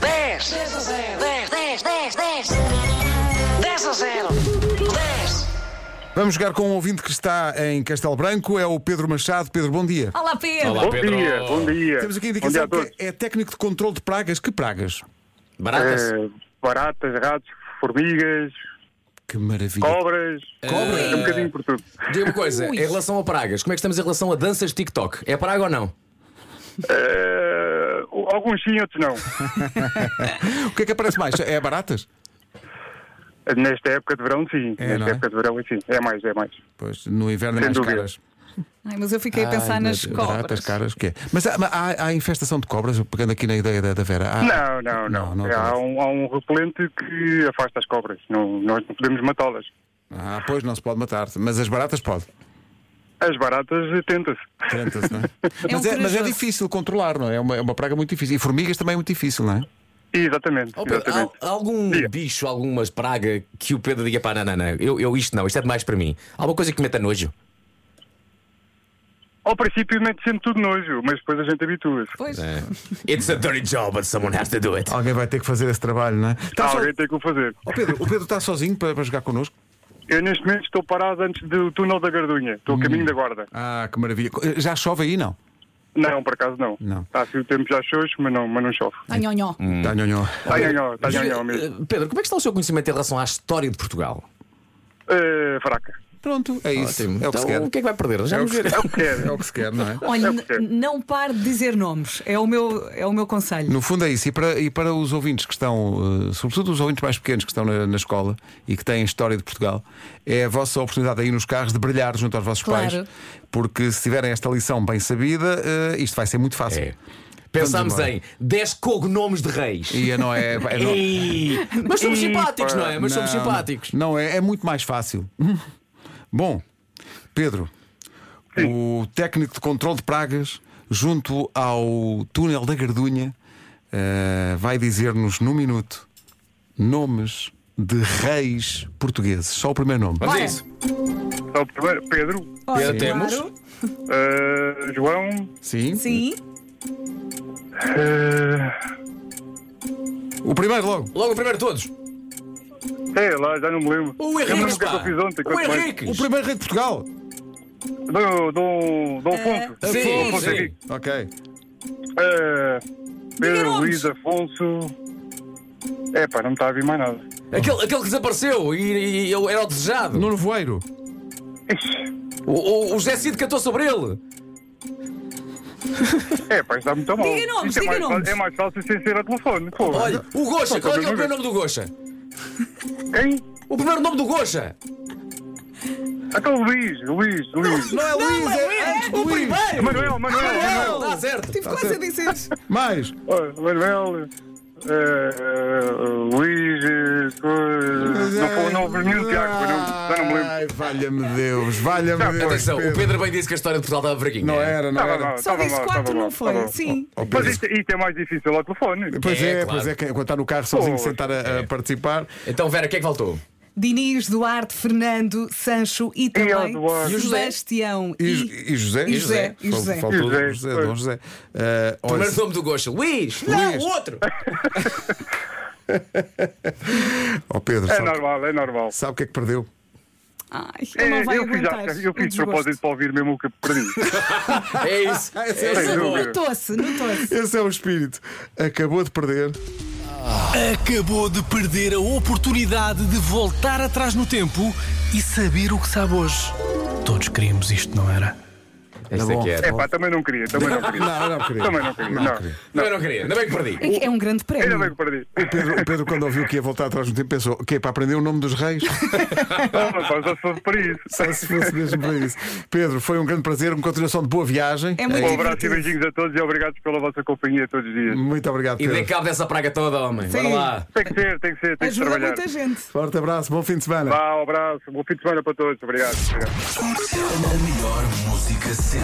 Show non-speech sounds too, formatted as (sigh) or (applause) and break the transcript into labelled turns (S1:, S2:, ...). S1: 10. 10 a 0. 10, 10, 10, 10. 10 a 0. 10.
S2: Vamos jogar com um ouvinte que está em Castelo Branco, é o Pedro Machado. Pedro, bom dia.
S3: Olá, Pedro.
S4: Olá.
S3: Olá.
S4: Ah,
S5: Bom
S4: Pedro.
S5: dia, bom dia.
S2: Temos aqui a
S5: bom dia
S2: indicação
S5: a todos.
S2: que é técnico de controle de pragas. Que pragas?
S4: Baratas.
S5: Eh, baratas, ratos, formigas,
S2: Que maravilha.
S5: cobras.
S2: Eh,
S4: Cobras?
S5: Um bocadinho por tudo.
S4: Diga uma coisa,
S3: Ui.
S4: em relação a pragas, como é que estamos em relação a danças TikTok? É praga ou não?
S5: Eh, alguns sim, outros não. (laughs)
S2: O que é que aparece mais? É baratas?
S5: Nesta época de verão, sim.
S2: É, não
S5: Nesta
S2: é?
S5: época de verão, sim. É mais, é mais.
S2: Pois, no inverno é
S5: Sem
S2: mais
S5: dúvida.
S2: caras.
S3: Ai, mas eu fiquei a pensar
S4: Ai, meu
S3: nas
S4: Deus.
S3: cobras.
S2: Baratas, caras, o que é? Mas há, mas há- há infestação de cobras, pegando aqui na ideia da, da Vera. Há-
S5: Não, não, não.
S2: não
S5: há,
S2: parece.
S5: um, há um repelente que afasta as cobras. Não, nós não podemos matá-las.
S2: Ah, pois, não se pode matar, mas as baratas pode.
S5: As baratas eh, tenta-se.
S2: Tenta-se, não é?
S3: (laughs)
S5: (laughs)
S3: É um
S2: mas, é, mas é
S3: corajoso.
S2: difícil controlar, não é? É uma, é uma praga muito difícil. E formigas também é muito difícil, não é?
S5: Exatamente,
S4: Oh, Pedro,
S5: exatamente.
S4: há- há algum
S5: Diga.
S4: bicho, alguma praga que o Pedro diga pá, não, não, não, eu, eu isto não, isto é demais para mim. Alguma coisa que meta nojo?
S5: Ao princípio mete sempre tudo nojo, mas depois a gente habitua-se.
S3: Pois.
S4: É. It's a dirty job, but someone has to do it.
S2: Alguém vai ter que fazer esse trabalho, não é? Tá só-
S5: Alguém tem que o fazer.
S2: Ó Pedro, o Pedro está sozinho para, para jogar connosco?
S5: Eu neste momento estou parado antes do túnel da Gardunha. Estou a caminho da guarda.
S2: Ah, que maravilha. Já chove aí, não?
S5: Não, por acaso não.
S2: Não.
S5: Está assim o tempo já xoxo, mas não, mas não chove.
S3: Ai, nhó, nhó.
S4: Hum.
S2: Tá, nhonhó.
S5: Está ganhão, está
S4: Júlio,
S5: ganhão mesmo.
S4: eh, Pedro, como é que está o seu conhecimento em relação à história de Portugal?
S5: Eh, fraca.
S2: Pronto, é isso. É o que
S4: então,
S2: se quer.
S4: o que é que vai perder? Já
S2: É o
S4: vamos
S2: que se
S4: ver.
S5: É o que quer.
S2: É o que se quer, não é?
S3: Olha,
S5: É o que
S3: n- não pare de dizer nomes. É o meu, é o meu conselho.
S2: No fundo é isso. E para, e para os ouvintes que estão, eh, sobretudo os ouvintes mais pequenos que estão na, na escola e que têm história de Portugal, é a vossa oportunidade aí nos carros de brilhar junto aos vossos
S3: Claro.
S2: pais. Porque se tiverem esta lição bem sabida, eh, isto vai ser muito fácil.
S4: É. Pensámos
S2: embora.
S4: em 10 cognomes de reis.
S2: E não é.
S4: (laughs)
S2: é não-
S4: Ei, Mas somos simpáticos, não é? Mas somos
S2: Não,
S4: simpáticos.
S2: Não, é, é muito mais fácil. Bom, Pedro, o técnico de controle de pragas, junto ao túnel da Gardunha, eh, vai dizer-nos num minuto nomes de reis portugueses. Só o primeiro nome.
S4: Mas
S3: Bora.
S4: é isso.
S5: Só o primeiro, Pedro,
S3: Olha,
S4: Pedro, temos?
S3: claro.
S5: eh, João,
S2: Sim.
S3: Sim.
S5: eh,
S2: O primeiro logo.
S4: Logo o primeiro de todos.
S5: sei lá, já não me lembro.
S4: O
S5: Eu não
S4: Henrique.
S5: lembro o que é que eu fiz ontem.
S4: O
S5: quanto mais.
S4: Henrique.
S2: O primeiro rei de Portugal.
S5: Dom, Dom,
S3: Eh,
S5: Dom Afonso.
S4: Sim,
S5: Afonso
S4: sim.
S5: Henrique.
S2: Ok.
S5: Eh,
S3: Diga
S5: Pedro,
S3: nomes.
S5: Luís, Afonso. Epá, não me está a vir mais nada.
S4: Aquele, aquele que desapareceu e, e- e era o desejado.
S2: Nuno Voeiro.
S5: Ixi,
S4: O, o, o José Cid cantou sobre ele.
S5: Epá, isto está muito mal.
S3: Diga nomes,
S5: Isto é,
S3: diga
S5: mais,
S3: nomes.
S5: fácil- é mais fácil sem ser ao telefone. Pô.
S4: Olha, o Goxa.
S5: Só
S4: Qual é, que é o
S5: também
S4: primeiro nome do Goxa?
S5: Quem?
S4: O primeiro nome do Goxa.
S5: Então Luís, Luís, Luís.
S2: Não é Luís, é antes do
S4: O
S2: Luís. é
S4: primeiro.
S5: Manuel, Manuel, Manuel.
S4: Está Tá certo.
S3: Tive quase a dizer.
S2: Tá Mais.
S5: Olha, Manuel, eh, eh, Luís, eh, co- não foi o nome nenhum Tiago, foi nome, já não me lembro.
S2: Ai, valha-me Deus, valha-me Deus.
S4: Atenção, o
S2: Pedro.
S4: Pedro bem disse que a história de Portugal estava fraquinha.
S2: Não é? era, não
S5: Estava
S2: era.
S5: mal,
S3: Só
S5: estava
S3: disse
S5: mal,
S3: quatro,
S5: estava
S3: não
S5: mal.
S3: foi? Sim.
S2: Ó,
S5: Mas
S2: Pedro,
S5: isto, isto é mais difícil ao telefone.
S2: Pois é,
S4: É, claro.
S2: pois é, que- quando está no carro sozinho
S5: Pois.
S2: sentado a, a participar.
S4: Então, Vera, o que é que faltou?
S3: Diniz, Duarte, Fernando, Sancho e também
S5: Eduardo.
S4: E o José?
S3: Sebastião
S2: E, e José?
S3: E José. E José.
S2: Fal- Faltou
S5: José,
S2: José, José,
S5: pois.
S2: Dom José. Ah, olha,
S4: Primeiro nome do Goxa. Luís. Não,
S2: Luís.
S4: o outro.
S2: ó oh, Pedro,
S5: É
S2: sabe,
S5: normal, é normal.
S2: sabe o que é que perdeu?
S3: Ai, ele não
S5: Eh,
S3: vai
S5: eu fiz,
S3: aguentar.
S5: já, eu
S3: o
S5: fiz de
S3: desgosto.
S5: propósito para ouvir mesmo o que perdi.
S4: É isso.
S2: Ah, esse é
S4: Essa
S2: o
S4: é boa.
S5: jogo.
S3: Notou-se, notou-se.
S2: Esse é o espírito. Acabou de perder.
S6: Acabou de perder a oportunidade de voltar atrás no tempo e saber o que sabe hoje. Todos queríamos isto, não era?
S4: Esta é que era.
S5: Epá, também não queria, também não queria.
S2: Não, não queria.
S5: Também não queria, não.
S4: Não, eu não queria. Ainda bem que perdi.
S3: É que É um grande
S5: Ainda bem
S3: prémio.
S5: que perdi.
S2: Pedro, o Pedro, quando ouviu que ia voltar atrás no tempo, pensou: o quê? Para aprender o nome dos reis? (laughs)
S5: Não, mas (laughs) só se fosse para isso.
S2: Só se fosse mesmo para isso. Pedro, foi um grande prazer, uma continuação de boa viagem.
S3: É muito
S5: Um abraço e
S3: divertido.
S5: beijinhos a todos e obrigados pela vossa companhia todos os dias.
S2: Muito obrigado,
S4: E dê
S2: Pedro.
S4: cabo dessa praga toda, homem. Bora
S3: Sim.
S4: lá.
S5: Tem que ser, tem que ser, tem que
S3: Ajuda
S5: trabalhar.
S3: muita gente.
S2: Forte abraço, bom fim de semana.
S5: Vá, um abraço, bom fim de semana para todos. Obrigado. obrigado.
S6: A melhor música sempre.